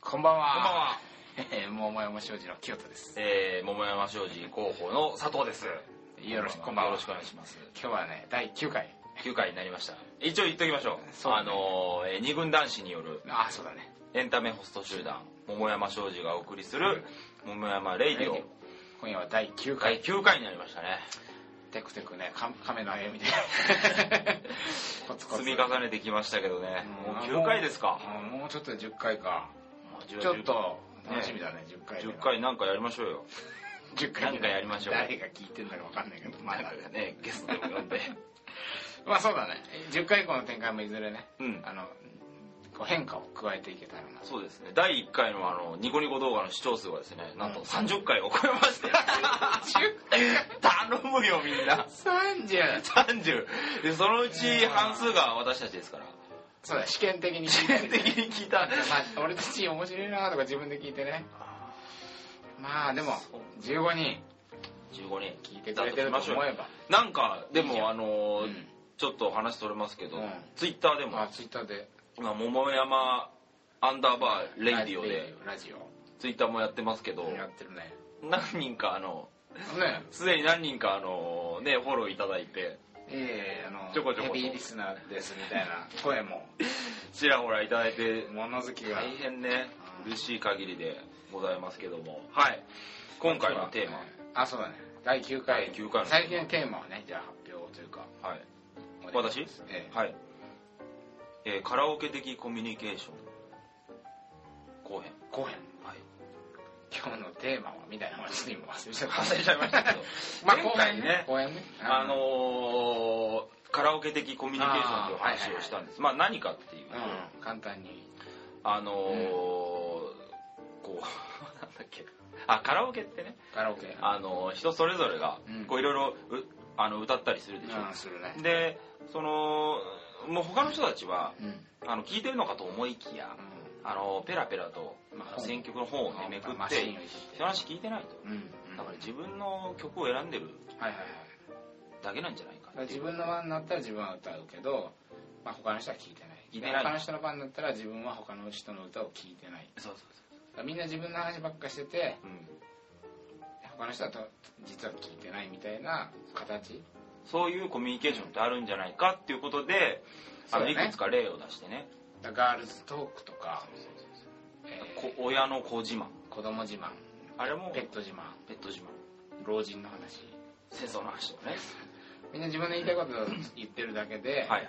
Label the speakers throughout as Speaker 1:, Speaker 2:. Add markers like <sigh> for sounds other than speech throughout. Speaker 1: こんばんは。
Speaker 2: こんばんは。
Speaker 1: えー桃山商事の清田です。
Speaker 2: えー、桃山商事広報の佐藤です。
Speaker 1: よろしく、こんばんは。
Speaker 2: よろしくお願いします。
Speaker 1: 今日はね、第9回。
Speaker 2: 9回になりました。一応言っときましょう。
Speaker 1: そうね
Speaker 2: あのー、えー二軍男子による
Speaker 1: あ、そうだね。
Speaker 2: エンタメホスト集団、桃山商事がお送りする、桃山レイディオ、
Speaker 1: 今夜は第9
Speaker 2: 第
Speaker 1: 回。
Speaker 2: 9回になりましたね。
Speaker 1: テクテクね、カカメの歩み
Speaker 2: <laughs>
Speaker 1: で。コツコツ。
Speaker 2: 積み重ねてきましたけどね。もう9回ですか。
Speaker 1: うんもうちょっとで10回か。
Speaker 2: ち
Speaker 1: ちょっと、楽しみだね、10回目
Speaker 2: 10
Speaker 1: の。
Speaker 2: 回なんかやりましょうよ。
Speaker 1: 10回目
Speaker 2: なんかやりましょう
Speaker 1: 誰が聞いてんだかわかんないけど、ま
Speaker 2: な
Speaker 1: だ
Speaker 2: んか。ね、ゲストでも呼んで。
Speaker 1: まあそうだね。10回以降の展開もいずれね、
Speaker 2: <laughs> うん
Speaker 1: あの、こう変化を加えていけたらな。
Speaker 2: そうですね。第1回のあの、ニコニコ動画の視聴数がですね、なんと30回を超えま
Speaker 1: <laughs>
Speaker 2: して。頼むよみんな。
Speaker 1: 30!
Speaker 2: 30。で、そのうち半数が私たちですから。
Speaker 1: そうだ、試験的に試
Speaker 2: 試験的に聞いた。
Speaker 1: まあ、俺たち面白いなとか自分で聞いてねまあでも
Speaker 2: そう
Speaker 1: 15人
Speaker 2: 15人。
Speaker 1: 聞いてくれてると思えば
Speaker 2: なんか、で
Speaker 1: いいじゃん
Speaker 2: もあのー
Speaker 1: うん
Speaker 2: ちょっと話それますけど、
Speaker 1: うん
Speaker 2: ツイッターで
Speaker 1: まあ
Speaker 2: も、
Speaker 1: ツイッターで
Speaker 2: 今、桃山アンダーバーレイディオで、
Speaker 1: ラジオ
Speaker 2: ツイッターもやってますけど、
Speaker 1: やってるね
Speaker 2: 何人かあの、
Speaker 1: ね
Speaker 2: すでに何人かあの、ね、フォローいただいて、
Speaker 1: ええあの
Speaker 2: ちょこちょこと
Speaker 1: ヘビーリスナーですみたいな声も
Speaker 2: ちらほらいただいて、
Speaker 1: 物好きが
Speaker 2: 大変ね
Speaker 1: うん
Speaker 2: 嬉しい限りでございますけどもはい今回のテーマ
Speaker 1: あそうだね第9回
Speaker 2: 第九回の
Speaker 1: 最近のテーマをねじゃあ発表というか
Speaker 2: はい
Speaker 1: お願いし
Speaker 2: 私
Speaker 1: ますええ
Speaker 2: はい、えーカラオケ的コミュニケーション後編
Speaker 1: 後編
Speaker 2: はい
Speaker 1: 今日のテーマはみたいな話で今忘れちゃった
Speaker 2: 忘れちゃいましたけど
Speaker 1: まあ
Speaker 2: 前
Speaker 1: 後
Speaker 2: 回
Speaker 1: 編ね後編ね
Speaker 2: あのーカラオケ的コミュニケーションという話をしたんですまあ何かっていうと、
Speaker 1: うん簡単に
Speaker 2: あのーこう <laughs> なんだっけあカラオケってね
Speaker 1: カラオケ
Speaker 2: あのー人それぞれが
Speaker 1: うん
Speaker 2: こういろいろうあの歌ったりするでしょ、
Speaker 1: うんするね
Speaker 2: でそのもう他の人たちは
Speaker 1: うん
Speaker 2: あの聞いてるのかと思いきやあのペラペラと、
Speaker 1: まあ
Speaker 2: あの選曲の本を、ね、めくっ
Speaker 1: マシン
Speaker 2: て
Speaker 1: をいじって
Speaker 2: 人の話聞いてないと
Speaker 1: うんうん
Speaker 2: だから自分の曲を選んでる
Speaker 1: はいはいはい
Speaker 2: だけなんじゃないか
Speaker 1: だから自分の番になったら自分は歌うけどまあ他の人は聞いてない
Speaker 2: 聞いてない
Speaker 1: 他の人の番になったら自分は他の人の歌を聞いてない
Speaker 2: そうそう
Speaker 1: だからみんな自分の話ばっかしてて
Speaker 2: そう、うん、
Speaker 1: 他の人はと実は聞いてないみたいな形
Speaker 2: そういうコミュニケーションってあるんじゃないかっていうことで、あの
Speaker 1: そう
Speaker 2: い
Speaker 1: だね
Speaker 2: くつか例を出してね
Speaker 1: だからガールズトークとかえー
Speaker 2: こ親の子自慢
Speaker 1: 子供自慢
Speaker 2: あれも
Speaker 1: ペット自慢
Speaker 2: ペット自慢
Speaker 1: 老人の話
Speaker 2: 戦争の話とかね
Speaker 1: みんな自分の言いたいことを言ってるだけ <laughs> で、
Speaker 2: はいはい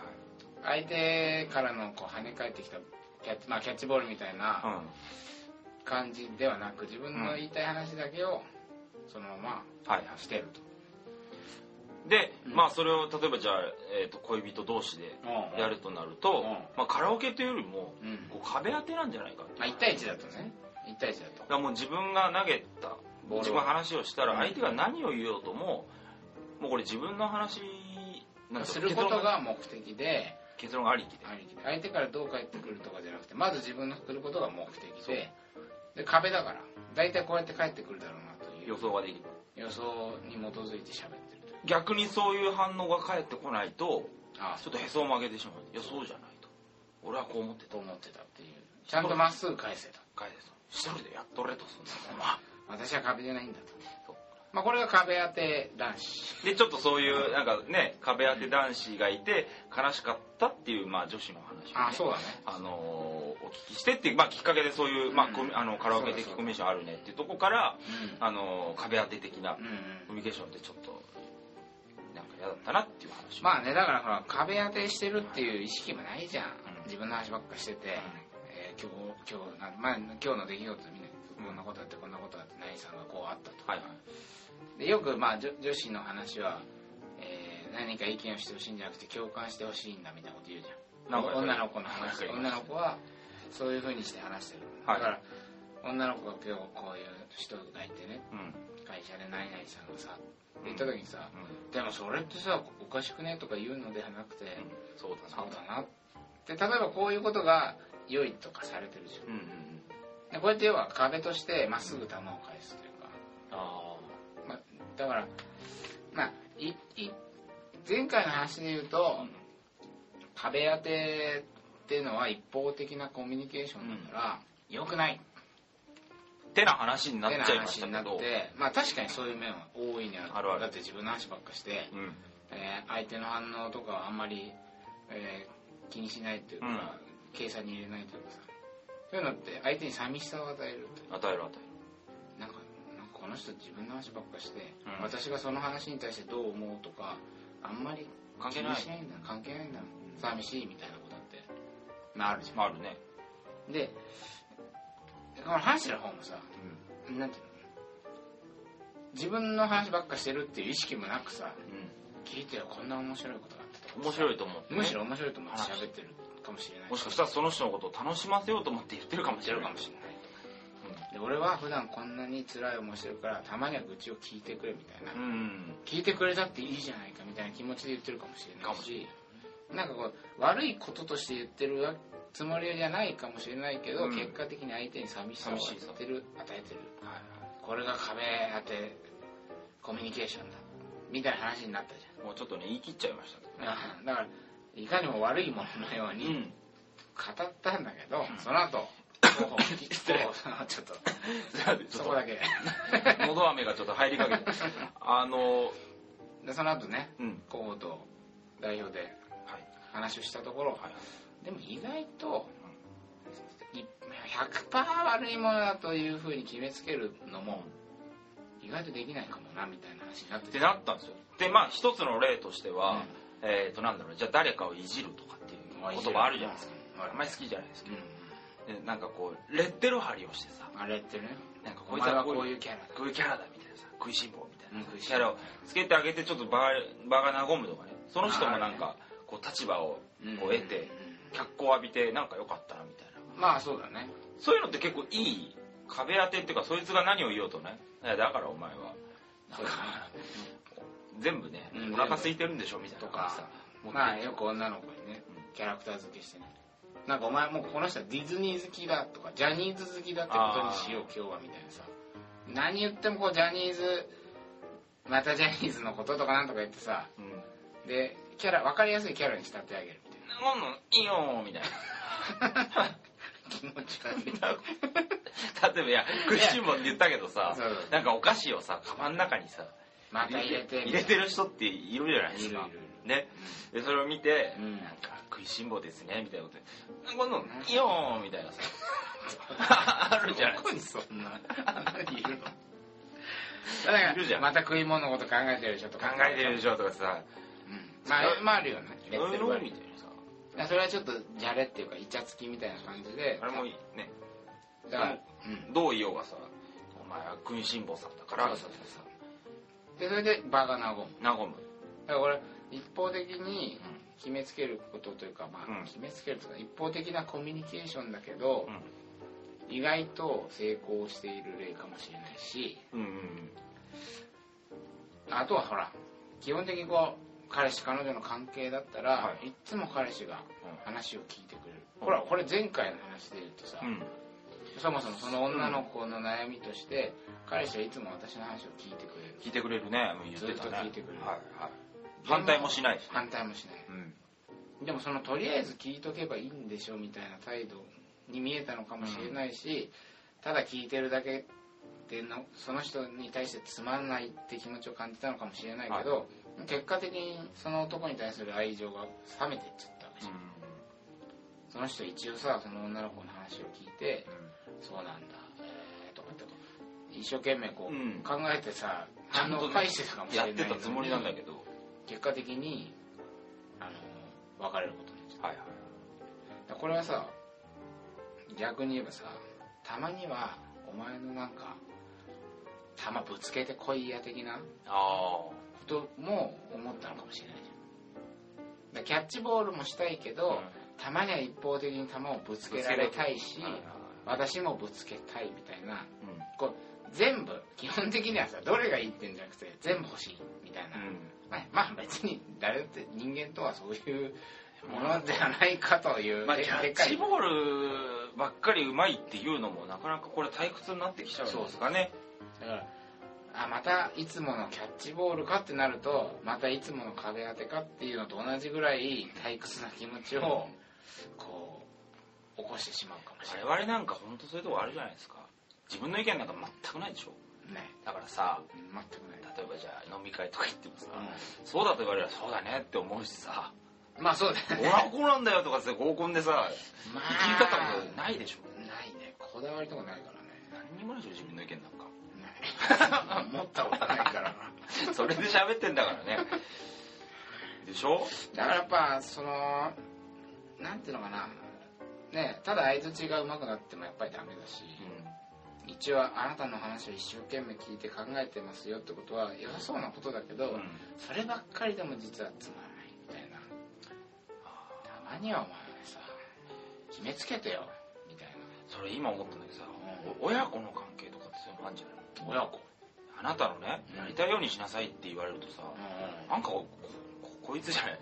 Speaker 1: 相手からのこう跳ね返ってきたキャッチ,、まあ、キャッチボールみたいな
Speaker 2: う
Speaker 1: 感じではなく自分の言いたい話だけをそのま
Speaker 2: んはい
Speaker 1: ま
Speaker 2: は
Speaker 1: してると、
Speaker 2: いで、
Speaker 1: うん
Speaker 2: まあそれを例えばじゃあ、えー、と恋人同士でやるとなる
Speaker 1: う
Speaker 2: と、
Speaker 1: ん
Speaker 2: まあ、カラオケというよりも、
Speaker 1: うん
Speaker 2: こう壁当てなんじゃないかって
Speaker 1: まあ、1対1だとね1対1だ
Speaker 2: だからもう自分が投げた
Speaker 1: ボールを
Speaker 2: 自分が話をした
Speaker 1: う
Speaker 2: ら
Speaker 1: ん
Speaker 2: 相手が何を言おうとももうこれ自分の話なん
Speaker 1: と
Speaker 2: て
Speaker 1: す
Speaker 2: いう
Speaker 1: ること
Speaker 2: の結論が
Speaker 1: が目的で
Speaker 2: 結論がありきで
Speaker 1: ありきで相手からどう返ってくるとかじゃなくてまず自分のすることが目的でで壁だから大体こうやって返ってくるだろうなという
Speaker 2: 予想ができる
Speaker 1: 予想に基づいて喋ってるという
Speaker 2: 逆にそういう反応が返ってこないと
Speaker 1: ああ
Speaker 2: ちょっとへそを曲げてしまういやそうじゃないと俺はこう思ってた
Speaker 1: と思ってたっていうちゃんとまっすぐ返せと
Speaker 2: 返せと一人でやっとれとそんな <laughs> の
Speaker 1: 私は壁じゃないんだ
Speaker 2: そ
Speaker 1: とまあこれが壁当て男子
Speaker 2: でちょっとそういうなんかね壁当て男子がいて悲しかったっていうまあ女子の話をね
Speaker 1: あそうだね
Speaker 2: あのーお聞きしてっていう、まあ、きっかけでそういう、まあ
Speaker 1: うん
Speaker 2: コミあのカラオケ的コミュニケーションあるねっていうとこから、
Speaker 1: う、
Speaker 2: あのー壁当て的なん
Speaker 1: うんうん、
Speaker 2: コミュニケーションってちょっとなんか嫌だったなっていう話
Speaker 1: まあねだからほら壁当てしてるっていう意識もないじゃん、自分の話ばっかしてて、えー今日今日な、まあ、今日の出来事でみんなこんなことあってこんなことあって何さんがこうあったと
Speaker 2: はいはい
Speaker 1: でよくまあ女女子の話は、えー何か意見をしてほしいんじゃなくて共感してほしいんだみたいなこと言うじゃ
Speaker 2: なんんか
Speaker 1: 女の子の話
Speaker 2: なんか言いま
Speaker 1: 女
Speaker 2: す
Speaker 1: の子はそういうふうにして話してる、
Speaker 2: はい
Speaker 1: だから女の子が今日こういう人がいてね
Speaker 2: うん
Speaker 1: 会社で何々さんがさって言った時にさ、でもそれってさおかしくねとか言うのではなくて、
Speaker 2: うんそうだ
Speaker 1: そ
Speaker 2: な
Speaker 1: うだなで例えばこういうことが良いとかされてるじゃ
Speaker 2: うんうんうん
Speaker 1: んでこうやって要は壁としてまっすぐ球を返すというか、
Speaker 2: あ
Speaker 1: まあ、だからまあいい前回の話で言うと、壁当てっていうのは一方的なコミュニケーションだから、良くない
Speaker 2: てな話になっ
Speaker 1: ってな
Speaker 2: ちゃいまし
Speaker 1: 話
Speaker 2: た
Speaker 1: にな
Speaker 2: け
Speaker 1: っ
Speaker 2: ど
Speaker 1: てまあ確かにそういう面は大いにある
Speaker 2: あるある
Speaker 1: だって自分の話ばっかして、
Speaker 2: うん
Speaker 1: えー相手の反応とかはあんまり、えー気にしないというか、
Speaker 2: うん
Speaker 1: 計算に入れないというかさそういうのって相手に寂しさを与えるという
Speaker 2: 与える与える
Speaker 1: なんかなんかこの人自分の話ばっかして、
Speaker 2: うん
Speaker 1: 私がその話に対してどう思うとかあんまり
Speaker 2: 関
Speaker 1: 気
Speaker 2: 係な
Speaker 1: に
Speaker 2: い
Speaker 1: しないんだ関係ないんだ寂しいみたいなことって、まあ、あるじゃん、
Speaker 2: まああるね
Speaker 1: でこの話してる方もさなんていうの自分の話ばっかしてるっていう意識もなくさ
Speaker 2: う
Speaker 1: 聞いてよこんな面白いことがあったと
Speaker 2: ん
Speaker 1: か
Speaker 2: 面白いと思う
Speaker 1: むしろ面白いと思って
Speaker 2: 話
Speaker 1: 喋ってるかもしれない
Speaker 2: もしかしたらその人のことを楽しませようと思って言ってるかもし
Speaker 1: やる
Speaker 2: れな
Speaker 1: か
Speaker 2: い
Speaker 1: もしれないで俺は普段こんなに辛い思いしてるからたまには愚痴を聞いてくれみたいな、
Speaker 2: うん
Speaker 1: 聞いてくれたっていいじゃないかみたいな気持ちで言ってるかもしれな
Speaker 2: か
Speaker 1: い
Speaker 2: もし
Speaker 1: しなんかこう悪いこととして言ってるつもりじゃないかもしれないけど、
Speaker 2: うん
Speaker 1: 結果的に相手に寂しさを与
Speaker 2: 寂しさ
Speaker 1: えてる与えてるこれが壁当てコミュニケーションだみたいな話になったじ
Speaker 2: もうちょっとね言い切っちゃいましたけ
Speaker 1: ゃん、だからいかにも悪いもののよう
Speaker 2: ど
Speaker 1: に語ったんだけど、その後こう <laughs> き
Speaker 2: 失礼
Speaker 1: こうちょっと
Speaker 2: すいませんちょ
Speaker 1: そ
Speaker 2: っ
Speaker 1: こだけ
Speaker 2: と喉飴がちょっと入りかけて
Speaker 1: <laughs>
Speaker 2: あの
Speaker 1: でその後ね
Speaker 2: うん
Speaker 1: 広報と代表で
Speaker 2: はい
Speaker 1: 話をしたところ、
Speaker 2: はい
Speaker 1: でも意外とい100%悪いものだというふうに決めつけるのも意外とできないかもなみたいな話になっ
Speaker 2: っててなったんですよでまあ一つの例として
Speaker 1: うん
Speaker 2: は、えっ、となんだろうじゃあ誰かをいじるとかっていう言葉あるじゃないですか、
Speaker 1: うんある
Speaker 2: あんまり好きじゃないですけ
Speaker 1: う
Speaker 2: どでなんかこうレッテル貼りをしてさ
Speaker 1: ん、あれってね
Speaker 2: なんかこ
Speaker 1: お
Speaker 2: いつ
Speaker 1: 前は
Speaker 2: は
Speaker 1: こ
Speaker 2: こ
Speaker 1: う
Speaker 2: う
Speaker 1: い
Speaker 2: いう
Speaker 1: うキャラだ
Speaker 2: こういうキャラだみたいなさ食いしん坊みたいな、
Speaker 1: うん食いしん
Speaker 2: キ
Speaker 1: 坊
Speaker 2: ャラをつけてあげてちょっと場場が和むとかねその人もなんかこう立場をこう得て脚光浴びてなんか良かったなみたいな
Speaker 1: うんまあそうだね
Speaker 2: そういうのって結構いい壁当てっていうかそいつが何を言おうとねいやだからお前はなん
Speaker 1: そうだね
Speaker 2: か全部ね、
Speaker 1: うん
Speaker 2: お腹空いてるんでしょみたいな
Speaker 1: と
Speaker 2: 感じ
Speaker 1: か
Speaker 2: さ持って
Speaker 1: まあよく女の子にねキャラクター付けしてねなんかお前もうこの人はディズニー好きだとかジャニーズ好きだってことにしよう今日はみたいなさ何言ってもこうジャニーズまたジャニーズのこととかなんとか言ってさ
Speaker 2: うんなん
Speaker 1: でキャラ分かりやすいキャラに仕立て上げるみたい
Speaker 2: かのいいよーみたい
Speaker 1: な気持ち悪い
Speaker 2: な <laughs> 例えばいや食いしん坊って言ったけどさ
Speaker 1: そうそう
Speaker 2: なんかお菓子をさカバンの中にさ
Speaker 1: また入れてみたいな
Speaker 2: 入れてる人っているじゃないですか
Speaker 1: いるいる
Speaker 2: ねでそれを見て、
Speaker 1: うん
Speaker 2: なんか食いしん坊ですねみたいなことで「こんなのいいよー」みたいなさ <laughs> あるじゃない
Speaker 1: どこにそん <laughs> ないるのだから
Speaker 2: いるじゃん
Speaker 1: また食い物のこと考えてるでしょと
Speaker 2: 考
Speaker 1: か
Speaker 2: えてるでしょとかさ
Speaker 1: うんまあまああるよね
Speaker 2: い
Speaker 1: レッ
Speaker 2: ろ
Speaker 1: テ
Speaker 2: い
Speaker 1: ル
Speaker 2: ろ
Speaker 1: は
Speaker 2: みたいなさ
Speaker 1: だからそれはちょっとじゃれっていうかイチャつきみたいな感じで
Speaker 2: あれもね
Speaker 1: だから、
Speaker 2: どう言おうがさ「お前は食いしん坊さんだから」
Speaker 1: そうそううん、でそれで場が和む
Speaker 2: 和む
Speaker 1: だから俺一方的に
Speaker 2: うん
Speaker 1: 決めつけることというか、ま
Speaker 2: うん
Speaker 1: あ、決めつけるというか一方的なコミュニケーションだけど
Speaker 2: う、ん
Speaker 1: 意外と成功している例かもしれないし
Speaker 2: うんうん
Speaker 1: あとはほら基本的にこう彼氏彼女の関係だったら、、
Speaker 2: はい
Speaker 1: つも彼氏が
Speaker 2: うん
Speaker 1: 話を聞いてくれる、ほらこれ前回の話で言うとさ、
Speaker 2: うん
Speaker 1: そもそもその女の子の悩みとして、彼氏はいつも私の話を聞いてくれる
Speaker 2: 聞いてくれるねもう言ってたね
Speaker 1: ずっと聞いてくれる
Speaker 2: はいはい反対もしないし
Speaker 1: 反対もしない
Speaker 2: うん
Speaker 1: でもそのとりあえず聞いとけばいいんでしょみたいな態度に見えたのかもしれないし、ただ聞いてるだけでのその人に対してつまんないって気持ちを感じたのかもしれないけど、結果的にその男に対する愛情が冷めていっちゃったわけじゃん、その人一応さその女の子の話を聞いて「そうなんだえー」とかとか一生懸命こう、
Speaker 2: うん
Speaker 1: 考えてさ
Speaker 2: ちゃ
Speaker 1: 反
Speaker 2: んとね
Speaker 1: 応を返してたかもしれ
Speaker 2: や
Speaker 1: な
Speaker 2: っ
Speaker 1: いの
Speaker 2: て
Speaker 1: に
Speaker 2: たつもりなんだけど
Speaker 1: 結果的にあの別れることになっちゃった
Speaker 2: はいはい
Speaker 1: だからこれはさ逆に言えばさたまにはお前のなんか玉ぶつけてこいや的なこ
Speaker 2: あ
Speaker 1: とも思ったのかもしれないじゃんだからキャッチボールもしたいけ
Speaker 2: あ
Speaker 1: ど、たまには一方的に球をぶつけられたいし
Speaker 2: はいはい
Speaker 1: 私もぶつけたいみたいな
Speaker 2: うん
Speaker 1: こう全部基本的にはさどれがいいってんじゃなくて全部欲しいみたいな、まあまあ別に誰だって人間とはそういうものではないかという、
Speaker 2: まあ、
Speaker 1: で
Speaker 2: キャ
Speaker 1: で
Speaker 2: ッ
Speaker 1: っかい
Speaker 2: チボールばっかりうまいっていうのもなかなかこれ退屈になってきちゃうんですかね
Speaker 1: だからあまたいつものキャッチボールかってなるとまたいつもの壁当てかっていうのと同じぐらい退屈な気持ちをこう起こしてしまうかもしれ
Speaker 2: 我
Speaker 1: な
Speaker 2: 々なんか本当そういうとこあるじゃないですか自分の意見なんか全くないでしょ
Speaker 1: いね
Speaker 2: だからさ
Speaker 1: うん全くない
Speaker 2: 例えばじゃあ飲み会とか行ってもさ、そうだと言われればそうだねって思う
Speaker 1: <laughs>
Speaker 2: しさ
Speaker 1: まあそうだ
Speaker 2: 俺
Speaker 1: ね
Speaker 2: はこうなんだよとかって合コンでさ
Speaker 1: ま
Speaker 2: 生き方もないでしょ
Speaker 1: ないねこだわりとかないからね
Speaker 2: 何にもないでしょ自分の意見なんか <laughs>
Speaker 1: ない <laughs> 持ったことないからな
Speaker 2: それで喋ってんだからねでしょ
Speaker 1: だからやっぱそのなんていうのかなねただ相づちが上手くなってもやっぱりダメだし、一応あなたの話を一生懸命聞いて考えてますよってことは良さそうなことだけど、
Speaker 2: うん、
Speaker 1: そればっかりでも実はつまらないみたいなたまにはお前さ決めつけてよみたい
Speaker 2: それ今思ったんだけどさ、
Speaker 1: う
Speaker 2: お親子の関係とかってそういうのあるんじゃない
Speaker 1: な親子
Speaker 2: あなたのね
Speaker 1: うん
Speaker 2: やりたいようにしなさいって言われるとさ、
Speaker 1: うん
Speaker 2: なんかこここいつじゃない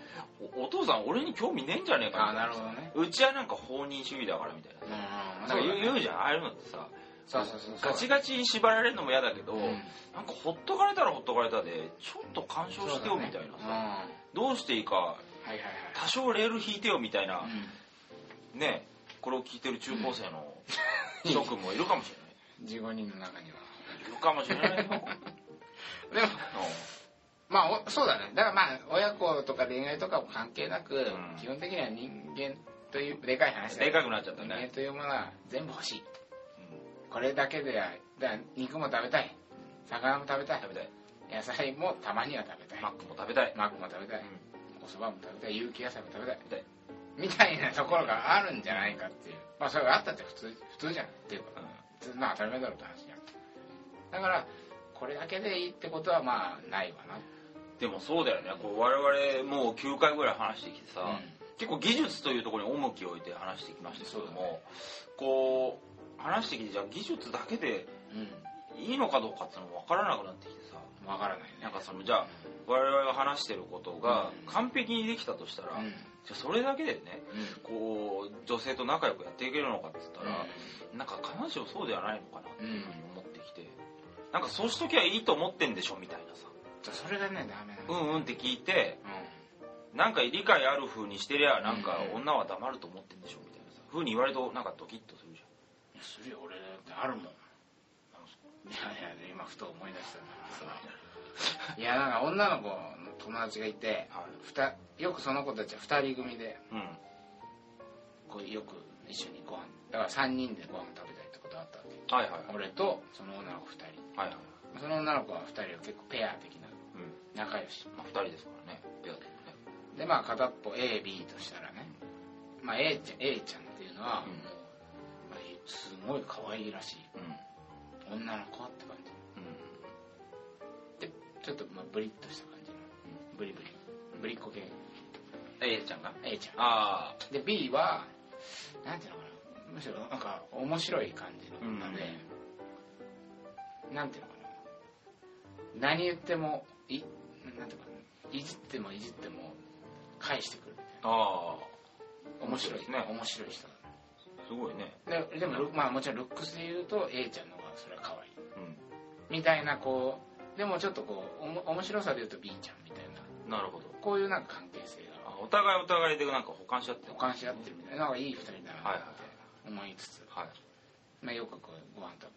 Speaker 2: おお父さん俺に興味ねえんじゃねえかみた
Speaker 1: あな
Speaker 2: い
Speaker 1: るほどね
Speaker 2: うちはなんか放任主義だからみたいな
Speaker 1: うん
Speaker 2: なん
Speaker 1: そ
Speaker 2: か
Speaker 1: う
Speaker 2: 言う
Speaker 1: だね
Speaker 2: 言うじゃんああいうのってさ
Speaker 1: そうそうそうそう
Speaker 2: ガチガチに縛られるのも嫌だけど、
Speaker 1: うん
Speaker 2: なんかほっとかれたらほっとかれたでちょっと干渉してよみたい
Speaker 1: そ
Speaker 2: な
Speaker 1: う
Speaker 2: さ、
Speaker 1: だね
Speaker 2: どうしていいか
Speaker 1: うんはいはい
Speaker 2: 多少レール引いてよみたいな
Speaker 1: はい、
Speaker 2: ねこれを聞いてる中高生の諸君もいるかもしれ
Speaker 1: うん、15人の中には
Speaker 2: ないいるかもしれないよ
Speaker 1: <laughs> でもまあおそうだねだからまあ親子とか恋愛とかも関係なく、
Speaker 2: ん
Speaker 1: 基本的には人間というでかい話だ
Speaker 2: で
Speaker 1: ね
Speaker 2: かくなっちゃった
Speaker 1: 人間
Speaker 2: ね、
Speaker 1: というものは全部欲しいこれだけではだから肉も食べたい魚も食べたい
Speaker 2: 食べたい
Speaker 1: 野菜もたまには食べたい
Speaker 2: マックも食べたい、
Speaker 1: マックも食べたい、
Speaker 2: うん
Speaker 1: おそばも食べたい有機野菜も食べたい
Speaker 2: 食べたい
Speaker 1: みたいなところがあるんじゃないかっていうまあそれがあったって普通普通じゃんっていうか
Speaker 2: う
Speaker 1: 普通まあ当たり前だろうって話じゃんだからこれだけでいいってことはまあないわな
Speaker 2: うんでもそうだよねこう我々もう9回ぐらい話してきてさ、
Speaker 1: うん
Speaker 2: 結構技術というところに重きを置いて話してきましたけども、こう話してきてじゃあ技術だけで
Speaker 1: う
Speaker 2: いいのかどうかっていうのも分からなくなってきてさ
Speaker 1: んわからない
Speaker 2: なん
Speaker 1: ね
Speaker 2: かそのじゃあ我々が話してることが
Speaker 1: うん
Speaker 2: 完璧にできたとしたら、
Speaker 1: うん
Speaker 2: じゃあそれだけでねこう女性と仲良くやっていけるのかって言ったら、なんか必ずしもそうではないのかなっていうふうに思ってきて、なんかそうしときゃいいと思ってんでしょみたいなさ
Speaker 1: じゃそれがねダメなの
Speaker 2: うんうんって聞いて
Speaker 1: う
Speaker 2: なんか理解ある風にしてりゃなんか
Speaker 1: うん
Speaker 2: 女は黙ると思ってんでしょみたいなさ風に言われるとなんかドキッとするじ
Speaker 1: んするよ俺だってあるもんいやいや今ふと思い出したんだけどさいやなんか女の子の友達がいて
Speaker 2: ゃん、はい
Speaker 1: ふたよくその子たちは2人組で
Speaker 2: うん
Speaker 1: こうよく一緒にご飯だから3人でご飯食べたりってことあったわけ
Speaker 2: はいはい
Speaker 1: 俺とその女の子2
Speaker 2: はいはい
Speaker 1: 人その女の子は2人は結構ペア的な
Speaker 2: うん
Speaker 1: 仲良し
Speaker 2: まあ、2人ですからねペアでもね
Speaker 1: でまあ片っぽ AB としたらね、まあ、A, ちゃん A ちゃんっていうのは、
Speaker 2: うん
Speaker 1: もうまあ、すごい可愛いらしい女の子って感じ
Speaker 2: うんうん
Speaker 1: ちょっとまあブリッとした感じの、ブリブリブリっ子系
Speaker 2: A ちゃんが
Speaker 1: A ちゃ
Speaker 2: ああ
Speaker 1: んで B はなんていうのかなむしろなんか面白い感じの女で、なんていうのかな何言ってもいなんていうのかないじってもいじっても返してくるみたい
Speaker 2: あ
Speaker 1: な面白い
Speaker 2: そうですね
Speaker 1: 面白い人だ
Speaker 2: あすごいね
Speaker 1: ででも、ルまあ、もちろんルックスで言うと A ちゃんの方がそれは可愛い
Speaker 2: うん
Speaker 1: みたいなこうでもちょっとこうおも面白さで言うと B ちゃんみたいな
Speaker 2: なるほど
Speaker 1: こういうなんか関係性が
Speaker 2: あお互いお互いでなんか補完し合って
Speaker 1: 保管し合ってるみたいななんかいい二人だな
Speaker 2: はい
Speaker 1: っ
Speaker 2: はい
Speaker 1: て思いつつ、
Speaker 2: はい
Speaker 1: まあ、よくこうご飯食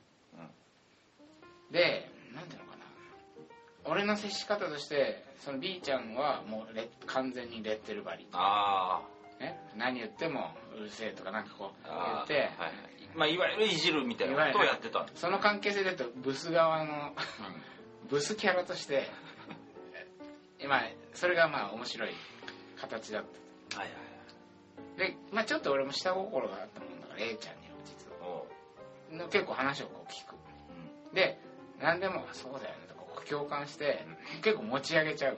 Speaker 1: べ、
Speaker 2: うん
Speaker 1: でなんていうのかな俺の接し方としてその B ちゃんはもうレ完全にレッテル張り、
Speaker 2: あ
Speaker 1: ね、何言ってもうるせえとかなんかこ
Speaker 2: ー
Speaker 1: う言っ
Speaker 2: あー
Speaker 1: て、
Speaker 2: はいはいまあ、いわゆるいじるみたいなことをやってたんです
Speaker 1: その関係性だとブス側の <laughs> ブスキャラとして今それがまあ面白い形だっ
Speaker 2: はいはいはい
Speaker 1: たで、まあ、ちょっと俺も下心があったもんだから A ちゃんには実は
Speaker 2: おう
Speaker 1: の結構話をこう聞く
Speaker 2: う
Speaker 1: で何でもあそうだよねとかこう共感して結構持ち上げちゃう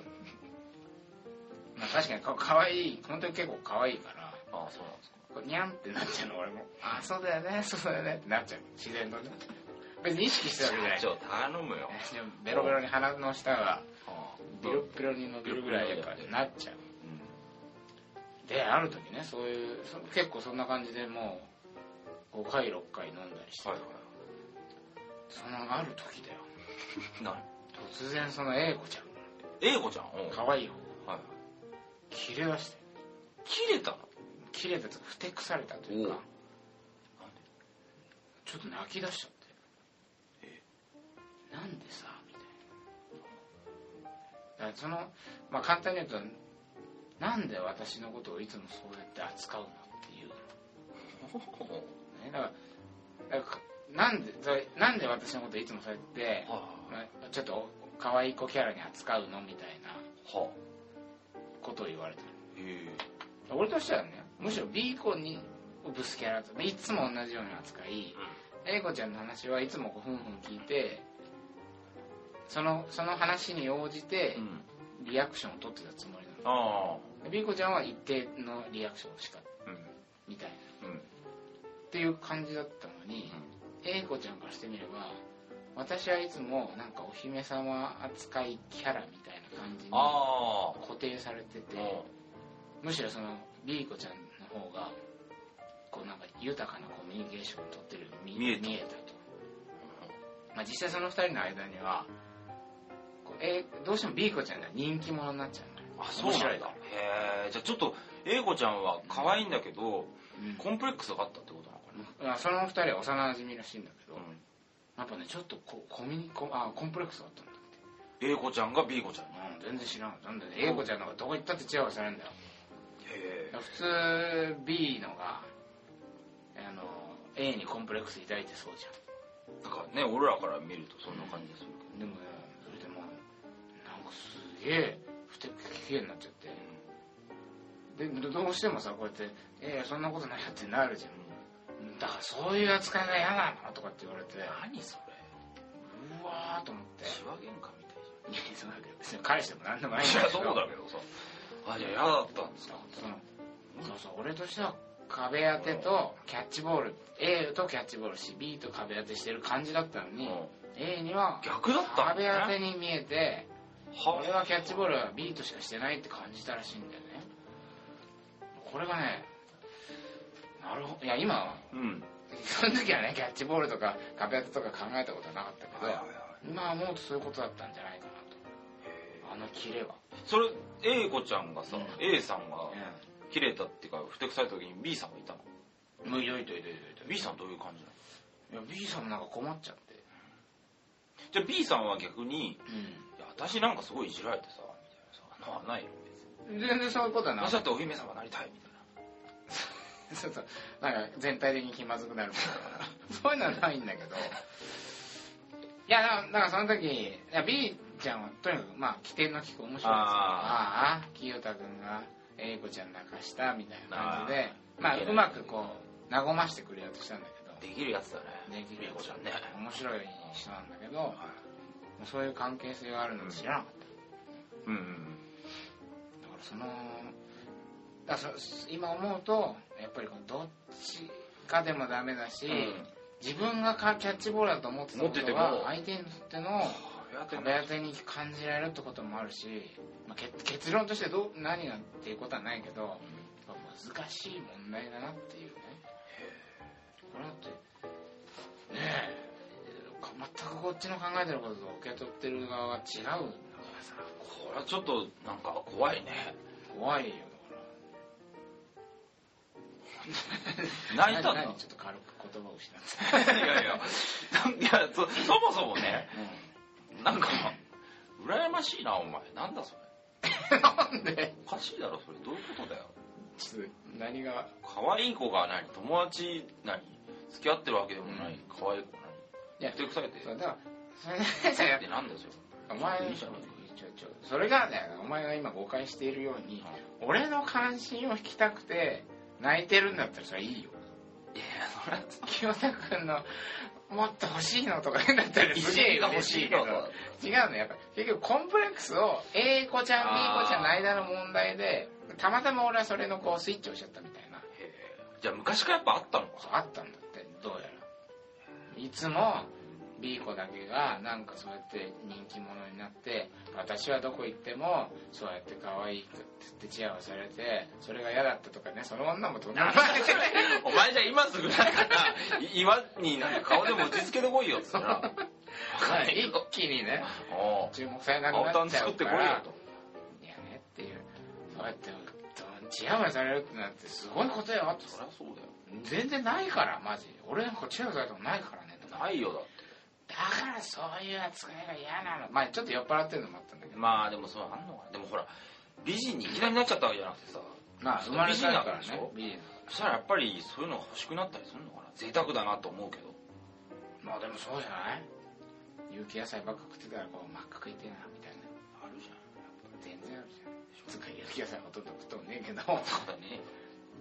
Speaker 1: まあ確かにかかわいい本当に結構かわいいから
Speaker 2: んああそうなんですか
Speaker 1: こうにゃんってなっちゃうの俺もあそうだよねそうだよねってなっちゃう自然とね別に意識してるわけじゃない
Speaker 2: 社長頼むよ
Speaker 1: でもベロベロに鼻の下が
Speaker 2: ああ
Speaker 1: ビロッピロに伸びるぐらいやっぱなっちゃう
Speaker 2: うん
Speaker 1: である時ねそういうそ結構そんな感じでもう5回6回飲んだりして、
Speaker 2: はいはい
Speaker 1: そのある時だよ
Speaker 2: 何
Speaker 1: 突然その英子ちゃん
Speaker 2: 英語ちゃんおう
Speaker 1: 可愛い方が
Speaker 2: はい
Speaker 1: 切れ出して
Speaker 2: 切れたの <laughs>
Speaker 1: 切れたというかふてくされたというかちょっと泣き出しちゃって
Speaker 2: え
Speaker 1: なんでさみたいなだからそのまあ簡単に言うとなんで私のことをいつもそうやって扱うのっていうね、だからだからなんでそれなんで私のこといつもそうやって、
Speaker 2: は
Speaker 1: まあちょっと可愛い子キャラに扱うのみたいな
Speaker 2: あはあ
Speaker 1: ことを言われた
Speaker 2: へ
Speaker 1: の俺としてはねむしろ B 子にブスキャラといつも同じように扱い
Speaker 2: え
Speaker 1: A 子ちゃんの話はいつもこうふんふん聞いてそのその話に応じて
Speaker 2: うん
Speaker 1: リアクションを取ってたつもりな
Speaker 2: あ
Speaker 1: の
Speaker 2: あ
Speaker 1: で B 子ちゃんは一定のリアクションしか
Speaker 2: うん
Speaker 1: みたいな
Speaker 2: うん
Speaker 1: っていう感じだったのに、英子ちゃんからしてみれば私はいつもなんかお姫様扱いキャラみたいな感じに
Speaker 2: あ
Speaker 1: 固定されて
Speaker 2: あ
Speaker 1: てむしろその B 子ちゃんの方がこうなんか豊かなコミュニケーションを取ってるように
Speaker 2: 見えた
Speaker 1: と、まあ、実際その2人の間にはこう、えーどうしても B 子ちゃんが人気者になっちゃうのよ
Speaker 2: あそうな
Speaker 1: 面白
Speaker 2: ん
Speaker 1: い
Speaker 2: だ
Speaker 1: か
Speaker 2: へえじゃあちょっと英子ちゃんは可愛いんだけど
Speaker 1: うん
Speaker 2: コンプレックスがあったってことなのかな
Speaker 1: まあその2人は幼馴染らしいんだけど、
Speaker 2: うん
Speaker 1: やっぱねちょっとこコミュニコあコンプレックスがあったんだって
Speaker 2: 英子ちゃんが B 子ちゃんに
Speaker 1: うん全然知らんなんでね英子ちゃんの方がどこ行ったってチヤホヤされるんだよ
Speaker 2: へえ
Speaker 1: 普通 B のがあの A にコンプレックス抱いてそうじゃ
Speaker 2: なんかね俺らから見るとそんな感じする
Speaker 1: ん
Speaker 2: け
Speaker 1: でもねそれでもうなんかすげえ不適切になっちゃってでどどうしてもさこうやって「ええそんなことないや」ってなるじゃ
Speaker 2: ど、
Speaker 1: んだからそういう扱いが嫌なのとかって言われて
Speaker 2: 何それ
Speaker 1: うわーと思って
Speaker 2: しわ喧嘩みたいじ
Speaker 1: いやそうだけど別に彼氏でも何でもないん
Speaker 2: ゃんい
Speaker 1: だ
Speaker 2: や
Speaker 1: け
Speaker 2: そ
Speaker 1: ど
Speaker 2: うだけどさあじゃあ嫌だったんですか
Speaker 1: そうそうそう俺としては壁当てとキャッチボール A とキャッチボールし B と壁当てしてる感じだったのに、A には
Speaker 2: 逆だった
Speaker 1: 壁当て
Speaker 2: に
Speaker 1: に見えて俺はキャッチボールは B としかしてないって感じたらしいんだよねこれがねなるほどいや今は <laughs>
Speaker 2: うん
Speaker 1: その時はねキャッチボールとか壁当てとか考えたことはなかったけど、
Speaker 2: はいはいはい
Speaker 1: 今思うとそういうことだったんじゃないかなとあのキレは、
Speaker 2: それ A 子ちゃんがさ、
Speaker 1: うん
Speaker 2: A さんが切れたっていうかふてくされた時に B さんがいたの
Speaker 1: うん、もういといといといと
Speaker 2: B さんどういう感じなの
Speaker 1: いや B さんもなんか困っちゃって
Speaker 2: じゃあ B さんは逆に
Speaker 1: う
Speaker 2: 「いや私なんかすごいいじられてさ」みたいなさ「穴はないよ別に
Speaker 1: ん、全然そういうことはな
Speaker 2: 私
Speaker 1: そ
Speaker 2: だ
Speaker 1: う
Speaker 2: ってお姫様になりたい」みたいな
Speaker 1: そうなんか全体的に気まずくなるみたいな <laughs> そういうのはないんだけどいやだからだからその時いや B ちゃんはとにかくまあ起点の聞く面白いですよあ
Speaker 2: あ
Speaker 1: あ清田君が A 子ちゃん泣かしたみたいな感じで
Speaker 2: あー
Speaker 1: まあ
Speaker 2: いけな
Speaker 1: う
Speaker 2: い
Speaker 1: まくこう和ましてくれようとしたんだけ
Speaker 2: できるやつだね
Speaker 1: どできる
Speaker 2: A 子ちゃんね
Speaker 1: 面白い人なんだけどそういう関係性があるの知らなかった
Speaker 2: うんうん
Speaker 1: だからそのだからそ今思うとやっぱりこうどっちかでもダメだし、
Speaker 2: うん
Speaker 1: 自分がかキャッチボールだと思ってたこ
Speaker 2: 持って
Speaker 1: と
Speaker 2: て
Speaker 1: が
Speaker 2: も
Speaker 1: 相手にとっての
Speaker 2: 壁当て
Speaker 1: 壁当てに感じられるってこともあるし、まあ、け結論としてどう何なんていうことはないけどやっぱ難しい問題だなっていうねこれだってねえか全くこっちの考えてることと受け取ってる側が違うんだからさ
Speaker 2: これはちょっとなんか怖いね
Speaker 1: 怖いよだから。
Speaker 2: 泣いたんだ
Speaker 1: 何ちょっと軽く言葉を失って
Speaker 2: いやいやなんいやそそもそもねなんか羨ましいなお前なんだそれ
Speaker 1: なんで
Speaker 2: おかしいだろそれどういうことだよ
Speaker 1: ちょっと何が
Speaker 2: 可愛い子が何友達何付き合ってるわけでもない、可愛い子何
Speaker 1: いや
Speaker 2: ふてくされて
Speaker 1: そうだからそれじゃ
Speaker 2: でなんだよそれ
Speaker 1: お前
Speaker 2: いいじゃん
Speaker 1: ちょちょそれがねお前が今誤解しているように俺の関心を引きたくて泣いてるんだったらそれいいよ
Speaker 2: いやそれは
Speaker 1: 清田君のもっと欲しいのとか言うんだったらすげえ嬉しいけど違うのやっぱ結局コンプレックスを A 子ちゃん B 子ちゃんの間の問題でたまたま俺はそれのこうスイッチをしちゃったみたいな
Speaker 2: へえじゃあ昔からやっぱあったのか
Speaker 1: あったんだってどうやらいつも B 子だけがなんかそうやって人気者になって私はどこ行ってもそうやって可愛いって言ってチヤホヤされてそれが嫌だったとかねその女もとんでもない
Speaker 2: お前じゃあ今すぐなんかない岩になんか顔でも打ちつけてこいよっつったら分かんな
Speaker 1: <laughs>
Speaker 2: いけ
Speaker 1: 一
Speaker 2: ど
Speaker 1: 気にね
Speaker 2: おう
Speaker 1: 注目されなく
Speaker 2: 青
Speaker 1: な
Speaker 2: タン
Speaker 1: っちゃ
Speaker 2: 作
Speaker 1: う
Speaker 2: って
Speaker 1: か
Speaker 2: こいよ
Speaker 1: ら
Speaker 2: と
Speaker 1: いやねっていうそうやってチヤホヤされるってなってすごいことよ
Speaker 2: そりゃそうだよ
Speaker 1: 全然ないからマジ俺なんかチェアされたことないからねとか
Speaker 2: ないよだって
Speaker 1: だからそういう扱いが嫌なのまあちょっと酔っ払ってるのもあったんだけど
Speaker 2: まあでもそうあんのかなでもほら美人にいきなりなっちゃったわけじゃなくてさ
Speaker 1: まあ生まれたから
Speaker 2: 美人だからでし
Speaker 1: ね
Speaker 2: ょ
Speaker 1: 美人
Speaker 2: そしたらやっぱりそういうのが欲しくなったりするのかな贅沢だなと思うけど
Speaker 1: まあでもそうじゃない有機野菜ばっか食ってたらこう真っ赤食いてえなみたいな
Speaker 2: あるじゃん
Speaker 1: 全然あるじゃんつうか有機野菜ほとんど食っとんねえけど
Speaker 2: そうだね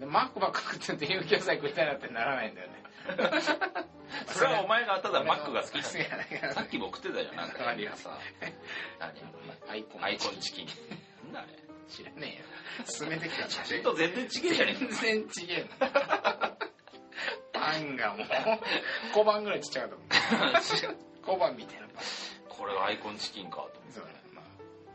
Speaker 1: でマックばっか食ってて有機野菜食いたいなってならないんだよね
Speaker 2: <laughs> それはお前がただマックが <laughs> 好きだ
Speaker 1: 好きやね
Speaker 2: さっきも食ってたじゃんなんか
Speaker 1: ありがとう
Speaker 2: さ何
Speaker 1: アイコン
Speaker 2: アイコンチキンなんだあれ
Speaker 1: 知らねえよ進めてきた
Speaker 2: 写真と全然違えじゃねえか
Speaker 1: 全然違え
Speaker 2: <laughs>
Speaker 1: なパンがもう小判ぐらいちっちゃかったもん小判みたいなパン
Speaker 2: <laughs> これがアイコンチキンかと
Speaker 1: そうねまあ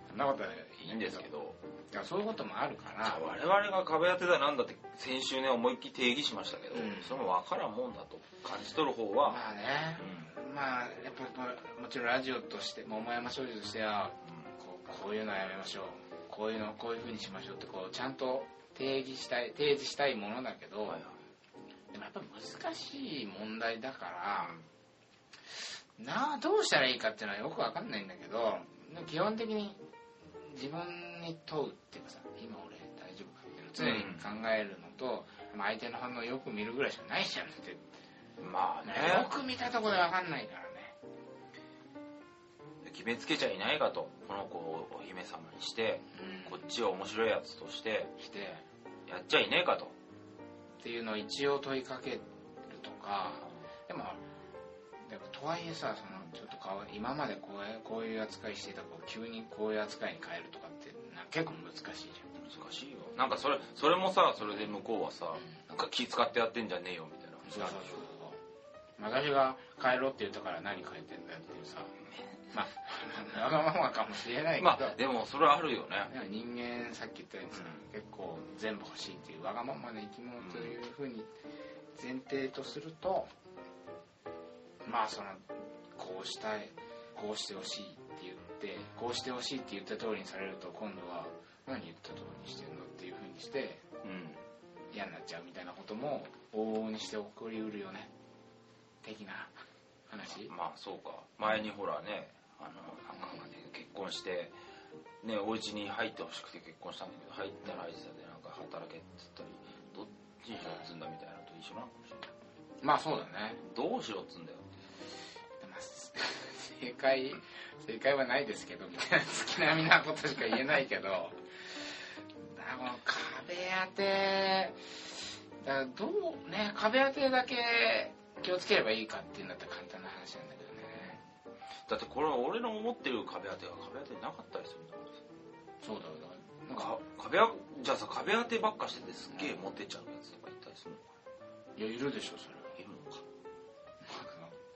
Speaker 1: そんなことは
Speaker 2: 思ういいんですけど
Speaker 1: いやそういうこともあるから
Speaker 2: 我々が壁当てだなんだって先週ね思いっきり定義しましたけど、
Speaker 1: うん
Speaker 2: それも分からんもんだと感じ取る方は、
Speaker 1: まあねまあやっぱもちろんラジオとして桃山少女としては
Speaker 2: う
Speaker 1: こうこういうのはやめましょうこういうのこういうふうにしましょうってこうちゃんと定義したい提示したいものだけど、
Speaker 2: んはいはい
Speaker 1: でもやっぱ難しい問題だからなあどうしたらいいかっていうのはよくわかんないんだけどでも基本的に自分に問うっていうかさ今俺大丈夫かっていうのを常に考えるのと、まあ相手の反応をよく見るぐらいしかないじゃんって、
Speaker 2: まあね
Speaker 1: よく見たとこでわかんないからね
Speaker 2: 決めつけちゃいないかとこの子をお姫様にして
Speaker 1: うん
Speaker 2: こっちを面白いやつとして
Speaker 1: してっ
Speaker 2: やっちゃいねえかと
Speaker 1: ていうのを一応問いかけるとかでもでもとはいえさそのちょっとかわい今までこういうこういう扱いしていた子を急にこういう扱いに変えるとかってな結構難しいじゃん
Speaker 2: 難しいよなんかそれそれもさそれで向こうはさ
Speaker 1: ん
Speaker 2: なんか気使ってやってんじゃねえよみたいな
Speaker 1: そうそうそうそう私が帰ろうって言ったから何帰ってんだよっていうさまあわがままかもしれないけど、
Speaker 2: まあでもそれはあるよね
Speaker 1: でも人間さっき言ったようにさ、
Speaker 2: う
Speaker 1: 結構全部欲しいっていうわがままな生き物というふうに前提とすると、まあそのこうしたいこうしてほしいって言ってこうしてほしいって言った通りにされると今度は何言った通りにしてんのっていうふうにして
Speaker 2: うん
Speaker 1: 嫌になっちゃうみたいなことも往々にして起こりうるよね的な話
Speaker 2: まあそうか前にほらねあのなんかね結婚してねお家に入ってほしくて結婚したんだけど入ったら入ってたでなんか働けっつったりどっちにしろっつんだみたいなのと一緒なのかもしれない
Speaker 1: まあそうだね
Speaker 2: どうしろっつんだよって
Speaker 1: でも正解正解はないですけどみたいな月並みなことしか言えないけどだからこの壁当てだからどうね壁当てだけ気をつければいいかっていうんだったら簡単な話なんだけどね
Speaker 2: だってこれは俺の思ってる壁当てが壁当てなかったりするんだから
Speaker 1: そ
Speaker 2: さ
Speaker 1: うだよだからなんか
Speaker 2: か壁当じゃあさ壁当てばっかしててすっげえ持ってっちゃうやつとかいたりするのか
Speaker 1: いやいるでしょそれは
Speaker 2: ないるのか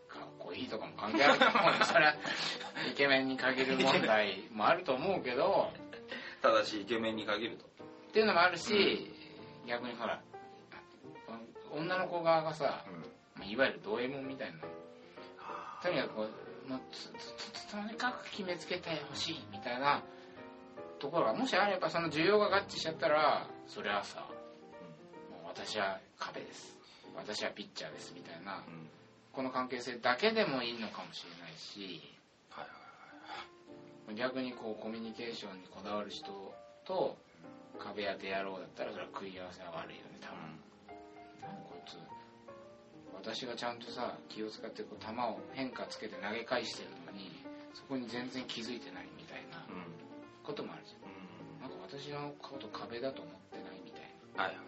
Speaker 1: かっこいいとかも関係あると思うよそれはイケメンに限る問題もあると思うけど
Speaker 2: ただしイケメンに限ると
Speaker 1: っていうのもあるし、逆にほら女の子側がさ、まあいわゆるド M みたいな
Speaker 2: あ
Speaker 1: とにかくこうもうつつつとにかく決めつけてほしいみたいなところがもしあればその需要が合致しちゃったらそれはさもう私は壁です私はピッチャーですみたいな
Speaker 2: ーうん
Speaker 1: この関係性だけでもいいのかもしれないし
Speaker 2: はいはい
Speaker 1: 逆にこうコミュニケーションにこだわる人と壁当て野郎だったらそれは食い合わせは悪いよね多分、な
Speaker 2: はい
Speaker 1: んかこいつ私がちゃんとさ気を使ってこう球を変化つけて投げ返してるのにそこに全然気づいてないみたいな
Speaker 2: うん
Speaker 1: こともあるじゃ
Speaker 2: うん
Speaker 1: んなんか私のこと壁だと思ってないみたいな
Speaker 2: はいはい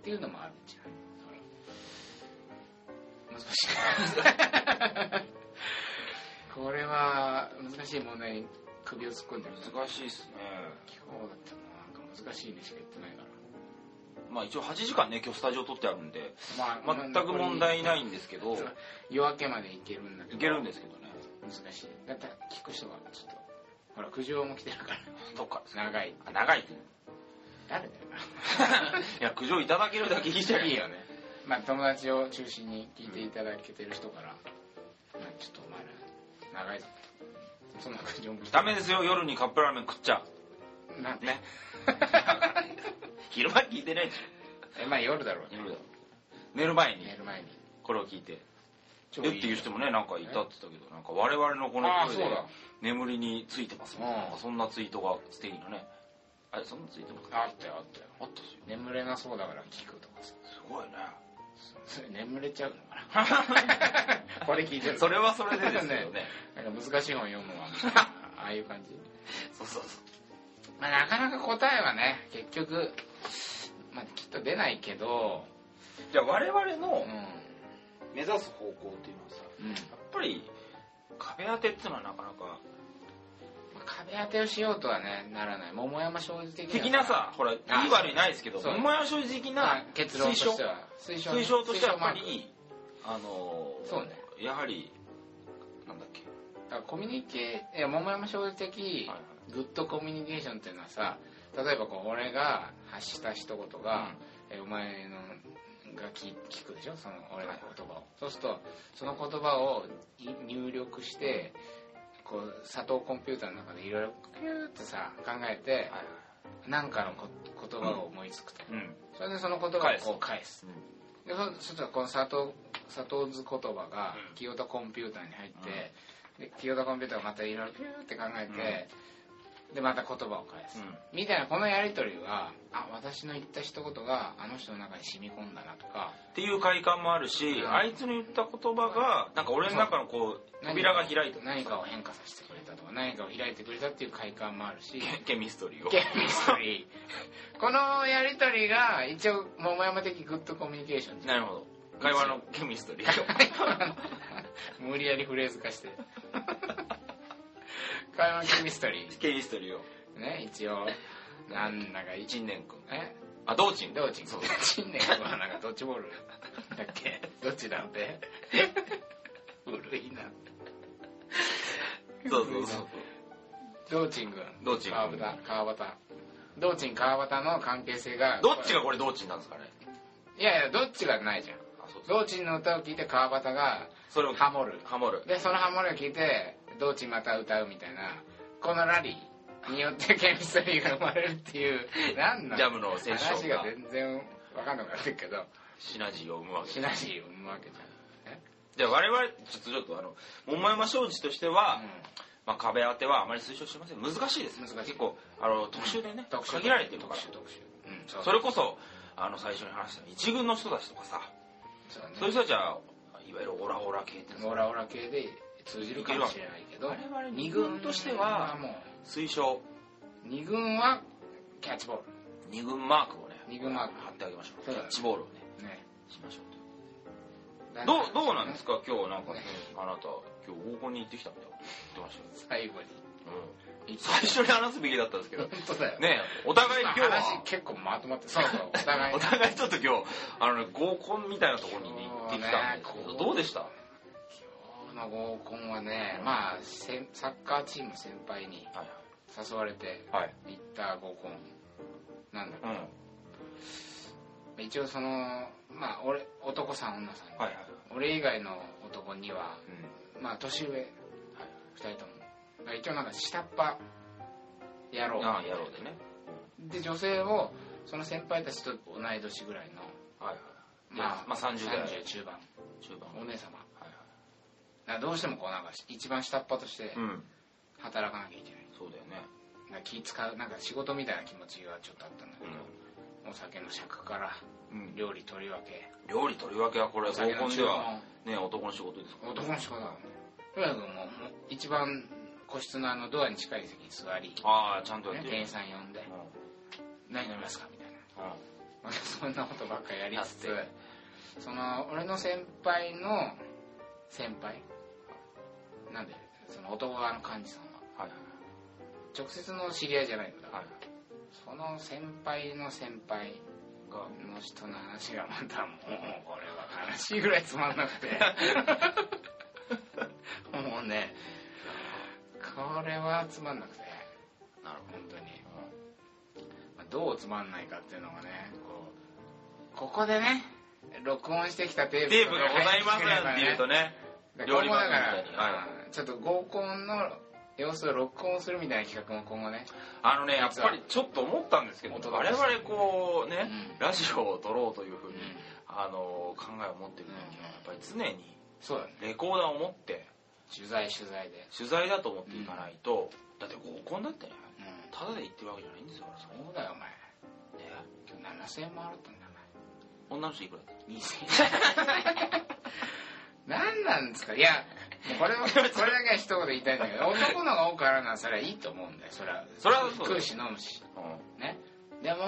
Speaker 1: っていうのもあるじゃんだから難しい <laughs> これは難しい問題に首を突っ込んでる
Speaker 2: 難しいっすね
Speaker 1: 今日だったのはなんか難しいねしか言ってないから
Speaker 2: まあ一応8時間ね今日スタジオ撮ってあるんで
Speaker 1: ま
Speaker 2: 全く問題ない
Speaker 1: ん
Speaker 2: んですけど
Speaker 1: 夜明けまでいけるんだけど
Speaker 2: いけるんですけどね
Speaker 1: 難しいだって聞く人がちょっとほら苦情も来てる
Speaker 2: <laughs>
Speaker 1: から
Speaker 2: どっか
Speaker 1: 長い
Speaker 2: あ長い
Speaker 1: 誰だよ
Speaker 2: いや苦情いただけるだけいいじゃん
Speaker 1: いいよねまあ友達を中心に聞いていただけてる人から、まあ、ちょっとお前ら長いぞそんな苦情も来て
Speaker 2: ダメですよ夜にカップラーメン食っちゃ
Speaker 1: なんて
Speaker 2: ね昼間聞いてないでし
Speaker 1: えまあ夜だろう
Speaker 2: ょ
Speaker 1: ね
Speaker 2: 夜だ寝る前に
Speaker 1: 寝る前に
Speaker 2: これを聞いて
Speaker 1: 超
Speaker 2: えっていう人もねなんかいたって言ったけどなんか我々のこの
Speaker 1: あー
Speaker 2: 声
Speaker 1: そ
Speaker 2: で
Speaker 1: うだ
Speaker 2: 眠りについてますみたいな
Speaker 1: うん
Speaker 2: なんかそんなツイートが素敵なねあれそんなツイートなんか
Speaker 1: あったよあったよ
Speaker 2: あったし
Speaker 1: 眠れなそうだから聞くとかさ
Speaker 2: すごいね
Speaker 1: それ眠れちゃうの
Speaker 2: <laughs>
Speaker 1: かなこれ聞いてる
Speaker 2: それはそれでですけどね
Speaker 1: なんか難しい本読むわみたいなああいう感じ
Speaker 2: そうそうそう
Speaker 1: まあ、なかなか答えはね結局、まあ、きっと出ないけど
Speaker 2: じゃあ我々
Speaker 1: う
Speaker 2: の
Speaker 1: ん
Speaker 2: 目指す方向っていうのはさ
Speaker 1: うん、
Speaker 2: やっぱり壁当てっていうのはなかなか
Speaker 1: まあ壁当てをしようとはねならない桃山正治的には
Speaker 2: 的なさほらいい
Speaker 1: あ
Speaker 2: 悪いないですけど
Speaker 1: そう
Speaker 2: お前は正直
Speaker 1: ま
Speaker 2: な
Speaker 1: あ結論としては推奨
Speaker 2: 推奨としてはやっぱ
Speaker 1: 推奨マー
Speaker 2: りあのー
Speaker 1: そうね
Speaker 2: やはりなんだっけ
Speaker 1: クだからコミュニケーいや桃山正治的
Speaker 2: はいは
Speaker 1: グッドコミュニケーションっていうのはさ例えばこう俺が発した一言が、えお前のが聞聞くでしょその俺の言葉を、そうするとその言葉をい入力してこう佐藤コンピューターの中でいろいろピューってさ考えて
Speaker 2: はいはい
Speaker 1: 何かのこ言葉を思いつくと、
Speaker 2: うん
Speaker 1: それでその言葉をこう返すでそそしたらこの佐藤佐藤図言葉が
Speaker 2: うん
Speaker 1: 清田コンピューターに入って、で清田コンピューターがまたいろいろピューって考えて、でまた言葉を返す、みたいなこのやり取りはあ私の言った一言があの人の中に染み込んだなとか
Speaker 2: っていう快感もあるし、
Speaker 1: うん
Speaker 2: あいつの言った言葉がなんか俺の中のこう
Speaker 1: 何
Speaker 2: 扉が開いた
Speaker 1: 何かを変化させてくれたとか何かを開いてくれたっていう快感もある
Speaker 2: <laughs>
Speaker 1: し
Speaker 2: ケケミストリーを
Speaker 1: ケミストリーこのやり取りが一応桃山的グッドコミュニケーションじゃん
Speaker 2: なるほど会話のケミストリーを
Speaker 1: 無理やりフレーズ化
Speaker 2: <laughs>
Speaker 1: して会話のケミストリ
Speaker 2: ケミストリーを
Speaker 1: ーね一応なんだか一
Speaker 2: 陳年君
Speaker 1: え
Speaker 2: あ道珍
Speaker 1: どうちん
Speaker 2: そう
Speaker 1: ちんねんはなんかドッジボールだっけどっちだ
Speaker 2: <laughs>
Speaker 1: って古いな
Speaker 2: そうそうそう
Speaker 1: 道珍軍
Speaker 2: 道珍軍
Speaker 1: 川端川端道珍川端の関係性が
Speaker 2: どっちがこれ道珍なんですかね
Speaker 1: いやいやどっちがないじゃん
Speaker 2: あそうそう
Speaker 1: 道珍の歌を聞いて川端が
Speaker 2: それを
Speaker 1: ハモる
Speaker 2: ハモる
Speaker 1: でそのハモりを聞いて道珍また歌うみたいなこのラリーによってケミストリーが生まれるっていう何なの
Speaker 2: ジャムのセッショ
Speaker 1: 話
Speaker 2: ン
Speaker 1: が
Speaker 2: が
Speaker 1: 全然分かんなくなってるけど
Speaker 2: シナジーを生むわけ
Speaker 1: シナジーを生むわけじゃんえ
Speaker 2: じゃあ我々ちょっとちょっとあの桃山商事としては、
Speaker 1: う
Speaker 2: まあ、壁当てはあまり推奨してません難しいです
Speaker 1: 難しい
Speaker 2: 結構あの特集でね、
Speaker 1: 特集
Speaker 2: 限られてるから
Speaker 1: 特集特集うんそう
Speaker 2: それこそあの最初に話した一軍の人たちとかさ、
Speaker 1: そうね
Speaker 2: そういう人たちはいわゆるオラオラ系って
Speaker 1: オラオラ系で通じるかもしれないけど
Speaker 2: いけるわ我々二軍としては
Speaker 1: 二軍も
Speaker 2: 推奨
Speaker 1: う二軍はキャッチボー
Speaker 2: 二軍マークをね
Speaker 1: 二軍マーク
Speaker 2: 貼ってあげましょう
Speaker 1: そう
Speaker 2: キ
Speaker 1: だ
Speaker 2: ャ
Speaker 1: ね
Speaker 2: ッチボールをね
Speaker 1: ルね
Speaker 2: しましょうとどうどうなんですか今日なんかねあなた今日合コンに行ってきたみたいなこと言ってまし
Speaker 1: 最後に
Speaker 2: たよ、うん、最初に話すべきだったんですけ
Speaker 1: <laughs>
Speaker 2: ど
Speaker 1: 本当だよ
Speaker 2: ねお互い
Speaker 1: まあ
Speaker 2: 今日は
Speaker 1: 話結構まとまってそうそうお互い
Speaker 2: お互いちょっと今日あの、ね、合コンみたいなところにね行ってきたんですけ
Speaker 1: そう
Speaker 2: ど
Speaker 1: ね
Speaker 2: どうでした
Speaker 1: 今日の合コンはねまあせんサッカーチーム先輩に
Speaker 2: はい
Speaker 1: 誘われて
Speaker 2: はい、
Speaker 1: 行った合コンなんだけ
Speaker 2: うん、はい
Speaker 1: ど一応そのまあ俺男さん女さん、
Speaker 2: はい
Speaker 1: 俺以外の男には
Speaker 2: うん
Speaker 1: まあ年上2人ともだから一応なんか下っ端やろう
Speaker 2: ああやろうでね
Speaker 1: で女性をその先輩たちと同い年ぐらいの
Speaker 2: はいはいまあ、まあ、30代
Speaker 1: 30中盤
Speaker 2: 中盤
Speaker 1: お姉様
Speaker 2: はいはい
Speaker 1: だからどうしてもこうなんか一番下っ端として
Speaker 2: うん
Speaker 1: 働かなきゃいけない
Speaker 2: そうだよね
Speaker 1: なんか気使うなんか仕事みたいな気持ちがちょっとあったんだけど、お酒の尺から
Speaker 2: うん
Speaker 1: 料理取り分け
Speaker 2: 料理とりわけはこれ
Speaker 1: お
Speaker 2: 合
Speaker 1: 酒
Speaker 2: コ
Speaker 1: の
Speaker 2: ンで
Speaker 1: 注
Speaker 2: は
Speaker 1: 文
Speaker 2: ね男の仕事ですから
Speaker 1: 男の仕事だもんねとにかくもうもう一番個室のあのドアに近い席に座り、
Speaker 2: ああちゃんとや
Speaker 1: ね
Speaker 2: って
Speaker 1: 店
Speaker 2: る
Speaker 1: 員さん呼んで
Speaker 2: うんうん
Speaker 1: 「何飲みますか?」みたいなまあそんなことばっかやりつ
Speaker 2: やっ
Speaker 1: つその俺の先輩の先輩なんでその男側の幹事さんは
Speaker 2: はいはい
Speaker 1: 直接の知り合いじゃないのだ、
Speaker 2: はい
Speaker 1: その先輩の先輩
Speaker 2: が
Speaker 1: の人の話がまたもうこれは悲しいぐらいつまんな
Speaker 2: <laughs>
Speaker 1: くてもうねこれはつまんなくて
Speaker 2: なる
Speaker 1: 本当にまあどうつまんないかっていうのがねこうここでね録音してきたテー
Speaker 2: ほど
Speaker 1: プ
Speaker 2: テープがございませんって言うと
Speaker 1: ね今
Speaker 2: ね料理
Speaker 1: 後
Speaker 2: 番
Speaker 1: だ
Speaker 2: 組
Speaker 1: か
Speaker 2: み
Speaker 1: ら
Speaker 2: たいにはい
Speaker 1: うんちょっと合コンの様子を録音するみたいな企画も今後ね
Speaker 2: あのねやっぱりちょっと思ったんですけど
Speaker 1: 本当だ
Speaker 2: 我々こうね
Speaker 1: うん
Speaker 2: ラジオを撮ろうというふうにあの考えを持ってる時はやっぱり常に
Speaker 1: そうだね
Speaker 2: レコーダーを持って
Speaker 1: 取材取材で
Speaker 2: 取材だと思っていかないと、だって合コンだってね
Speaker 1: うん
Speaker 2: ただで行ってるわけじゃないんですよそれ
Speaker 1: そうだよお前
Speaker 2: ね
Speaker 1: 今日7000円も払ったんだ
Speaker 2: 女の人いくらだっ
Speaker 1: な何なんですかいやもうこれ
Speaker 2: <laughs>
Speaker 1: もこれだけは一言言いたいんだけど男のが多く払うのはそれはいいと思うんだよそれは
Speaker 2: それはそうだよ、
Speaker 1: 食うし飲むした
Speaker 2: うん
Speaker 1: ねでも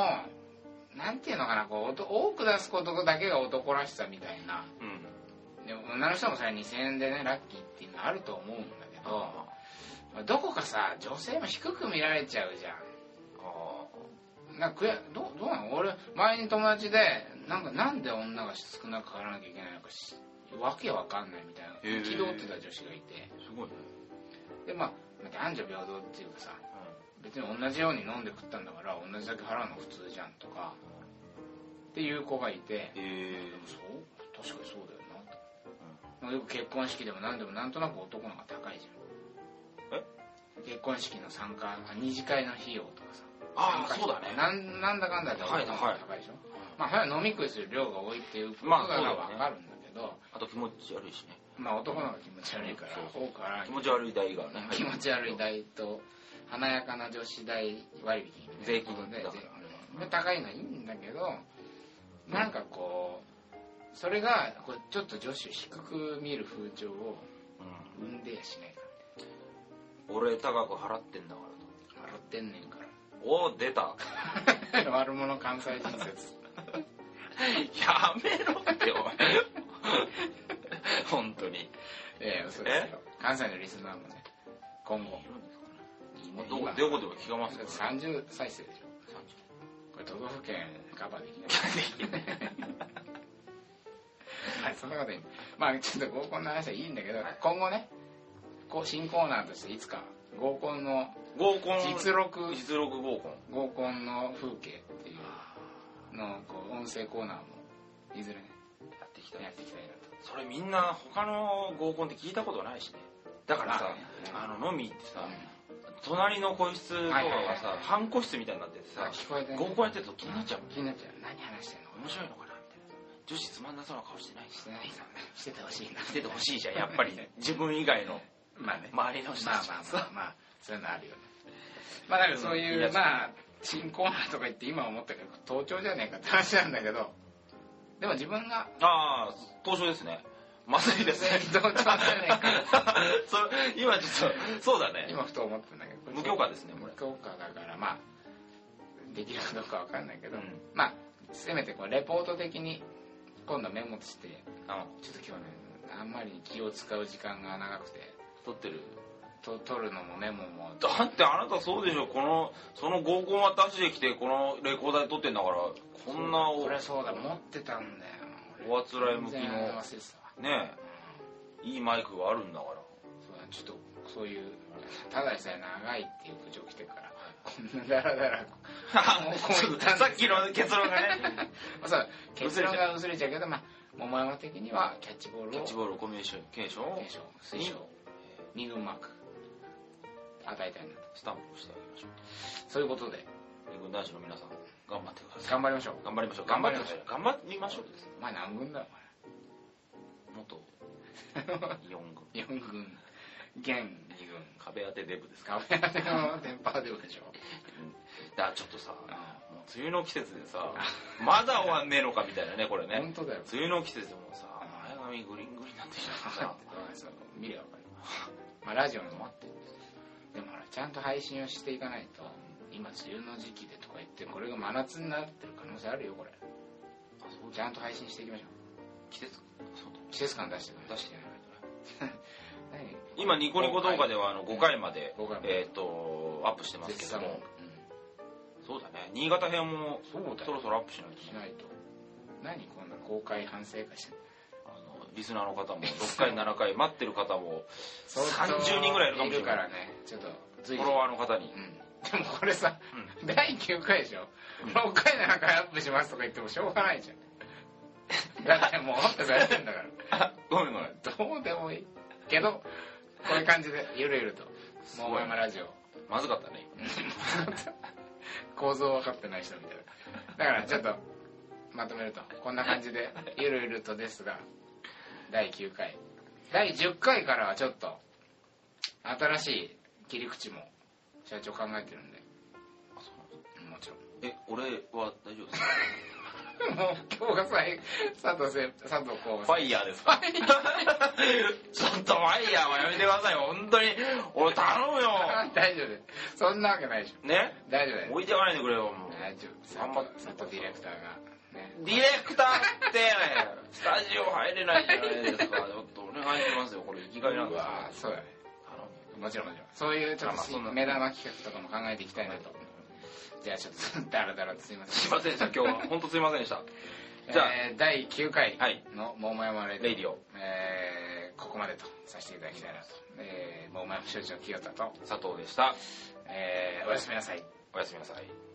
Speaker 1: なんていうのかなこうおと多く出すことだけが男らしさみたいな
Speaker 2: うん
Speaker 1: でも女の人もそれは2000円でねラッキーっていうのはあると思うんだけど、
Speaker 2: あ
Speaker 1: まあどこかさ女性も低く見られちゃうじゃん
Speaker 2: あ
Speaker 1: なんかくやどうどうなの俺前に友達でなんかなんで女が少なく払わなきゃいけないのかしわけわかんないみたいな
Speaker 2: へー
Speaker 1: 憤ってた女子がいて
Speaker 2: すごいね、
Speaker 1: でまあ男女平等っていうかさ別に同じように飲んで食ったんだから同じだけ払うの普通じゃんとかっていう子がいて
Speaker 2: うん、え
Speaker 1: でもそう確かにそうだよなと、よく結婚式でも何でもなんとなく男の方が高いじゃん
Speaker 2: え
Speaker 1: 結婚式の参加あ二次会の費用とかさ
Speaker 2: ああそうだね
Speaker 1: なんなんだかんだで
Speaker 2: 高い
Speaker 1: 男の方
Speaker 2: 高い
Speaker 1: が高いでしょまあ、それは飲み食いする量が多いっていうこと
Speaker 2: ま
Speaker 1: が
Speaker 2: あ
Speaker 1: 分
Speaker 2: そうだよね
Speaker 1: かるんだけど、まあ
Speaker 2: あと気持ち悪いしね
Speaker 1: 男の方が気持ち悪いから
Speaker 2: そう
Speaker 1: 多くはない
Speaker 2: <laughs> 気持ち悪い代がね入って
Speaker 1: 気
Speaker 2: る
Speaker 1: 持ち悪い代と華やかな女子代割引
Speaker 2: 税金
Speaker 1: で
Speaker 2: だから
Speaker 1: で高いのはいいんだけどなんかこうそれがこうちょっと女子を低く見る風潮を
Speaker 2: うん
Speaker 1: 生んでやしないか
Speaker 2: 俺高く払ってんだから
Speaker 1: 笑ってんねんか
Speaker 2: とおお出た
Speaker 1: ら <laughs> 悪者関西人説
Speaker 2: <laughs> やめろって <laughs> お前本当に
Speaker 1: <laughs> ええそうですよ関西のリスナーもね今後
Speaker 2: どこどこでも聞かますからね
Speaker 1: 30再生でしょこれ都道府県カバーできないはいそんなこといいまあちょっと合コンの話はいいんだけど、今後ねこう新コーナーとしていつか合コンの
Speaker 2: 合コン
Speaker 1: 実録
Speaker 2: 実録合コン
Speaker 1: 合コンの風景っていうのをこう音声コーナーもいずれね
Speaker 2: やっていきたい
Speaker 1: やっていきたいなと
Speaker 2: それみんな他の合コンって聞いたことないしねだから
Speaker 1: そう
Speaker 2: さ
Speaker 1: ね
Speaker 2: あの飲み行ってさ隣の個室とか
Speaker 1: はいはいは
Speaker 2: が
Speaker 1: い
Speaker 2: さ半個室みたいになってて
Speaker 1: さあ
Speaker 2: さ
Speaker 1: 聞こえてね
Speaker 2: 合コンやってると気になっちゃう
Speaker 1: 気になっちゃう何話してんの
Speaker 2: 面白いのかなみたいな女子つまんなそうな顔してないし
Speaker 1: してないさしててほしいな
Speaker 2: しててほしいじゃんやっぱり <laughs> 自分以外の
Speaker 1: まあね
Speaker 2: 周りの人
Speaker 1: まあ
Speaker 2: たち
Speaker 1: まあまあまあそういうのあるよねまあだからそういうまあ新コーナーとか言って今思ったけど盗聴じゃねえかって話なんだけどでも自分が
Speaker 2: ああ当初ですねまずいです
Speaker 1: <laughs>
Speaker 2: ね
Speaker 1: 盗聴じゃねえか
Speaker 2: それ今ちょっとそうだ <laughs> ね
Speaker 1: 今ふと思ったんだけど
Speaker 2: 無許可ですねこ
Speaker 1: 無
Speaker 2: れ
Speaker 1: 許可だからまあできるかどうかわかんないけど、
Speaker 2: うん
Speaker 1: まあせめてこうレポート的に今度メモして
Speaker 2: あ
Speaker 1: ちょっと今日ねあんまりに気を使う時間が長くて
Speaker 2: 撮ってる
Speaker 1: と取るのもメモも
Speaker 2: だってあなたそうでしょこのその合コン私で来てこのレコーダーで撮ってんだからこんなお
Speaker 1: これそうだ持ってたんだよ
Speaker 2: おあつらい向きの
Speaker 1: 全然忘れてたわ
Speaker 2: ねえいいマイクがあるんだから
Speaker 1: そうだちょっとそういうただでさえ長いっていう苦情来てるからこんなダラダラ
Speaker 2: ちょっと <laughs> さっきの結論がね
Speaker 1: まあそう結論が薄れちゃうけどまあ桃山的にはキャッチボールを
Speaker 2: キャッチボールコミュニケーションを
Speaker 1: 継承推奨二軍マーク与えたいなと
Speaker 2: スタンプしてあげましょう
Speaker 1: そういうことで
Speaker 2: 二軍男子の皆さん頑張ってください
Speaker 1: 頑張りましょう
Speaker 2: 頑張りましょう
Speaker 1: 頑
Speaker 2: 頑
Speaker 1: 張りま
Speaker 2: 張りま
Speaker 1: しょ
Speaker 2: しょ
Speaker 1: う
Speaker 2: う頑張りましょうです
Speaker 1: お前何軍だよ
Speaker 2: 元4軍
Speaker 1: お前4軍現
Speaker 2: 2軍壁当てデブ <laughs> ですか
Speaker 1: カフェラテの電波ででしょ
Speaker 2: だからちょっとさもう
Speaker 1: あ
Speaker 2: 梅雨の季節でさまだ終わんねえのかみたいなねこれね
Speaker 1: 本当だよ
Speaker 2: 梅雨の季節でもさ前髪グリングリンになってきちゃってさ
Speaker 1: そう見ればわかるまあラジオのもあってでもほらちゃんと配信をしていかないと今梅雨の時期でとか言ってこれが真夏になってる可能性あるよこれ
Speaker 2: あそう
Speaker 1: ちゃんと配信していきましょう
Speaker 2: 季節そうだ
Speaker 1: 季節感出してく
Speaker 2: 出してやらないと
Speaker 1: 何
Speaker 2: ね今ニコニコ動画ではあの5回まで
Speaker 1: 5回まで
Speaker 2: えっとアップしてますけ
Speaker 1: 絶
Speaker 2: ど
Speaker 1: 賛
Speaker 2: もそうだね新潟編も
Speaker 1: そうだよ
Speaker 2: そろそろアップしない
Speaker 1: し
Speaker 2: とね
Speaker 1: ないと何こんな公開反省会してんの
Speaker 2: あのリスナーの方も6回7回待ってる方も30人ぐらいいるかもしれない
Speaker 1: からねちょっと
Speaker 2: フ
Speaker 1: 随
Speaker 2: ォ
Speaker 1: 時
Speaker 2: ロワーの方に
Speaker 1: うんでもこれさ、 <laughs> 第9回でしょ、6回7回アップしますとか言ってもしょうがないじゃんだってもうアップされてんだから
Speaker 2: あ <laughs> ごめんごめん
Speaker 1: どうでもいいけどこういう感じでゆるゆると「
Speaker 2: ごい
Speaker 1: 桃山ラジオ
Speaker 2: まずかったね」
Speaker 1: 構造分かってない人みたいなだからちょっとまとめるとこんな感じでゆるゆるとですが第9回第10回からはちょっと新しい切り口も社長考えてるんで
Speaker 2: あそうなんで
Speaker 1: もちろん <laughs>
Speaker 2: すえ俺は大丈夫です <laughs> か
Speaker 1: もう今日が最佐藤せ佐藤こう
Speaker 2: ファイヤーですかちょっとファイヤーはやめてくださいよ本当に俺頼むよ
Speaker 1: <laughs> 大丈夫ですそんなわけないでしょ
Speaker 2: ね
Speaker 1: 大丈夫です
Speaker 2: 置いてかないでくれよもう
Speaker 1: 大丈夫
Speaker 2: 頑張って
Speaker 1: 佐藤ディレクターがね
Speaker 2: ディレクターってスタジオ入れないじゃないですかちょっとお願いしますよこれ生きがいなん
Speaker 1: う
Speaker 2: ですよ
Speaker 1: わそうだね
Speaker 2: 頼む
Speaker 1: もちろんもちろんそういうちょっ
Speaker 2: あまあそ
Speaker 1: と
Speaker 2: んな
Speaker 1: 目玉企画とかも考えていきたいなとじゃあちょっとダラダラとすいますせ
Speaker 2: い
Speaker 1: ん
Speaker 2: ません
Speaker 1: <laughs>
Speaker 2: でした今日は本当すいませんでしたじゃあ
Speaker 1: えー第9回
Speaker 2: はい
Speaker 1: の「桃山レディオ」
Speaker 2: レディオ
Speaker 1: えーここまでとさせていただきたいなと、えー、桃山省庁清田と、
Speaker 2: 佐藤でした
Speaker 1: えーおやすみなさい
Speaker 2: おやすみなさい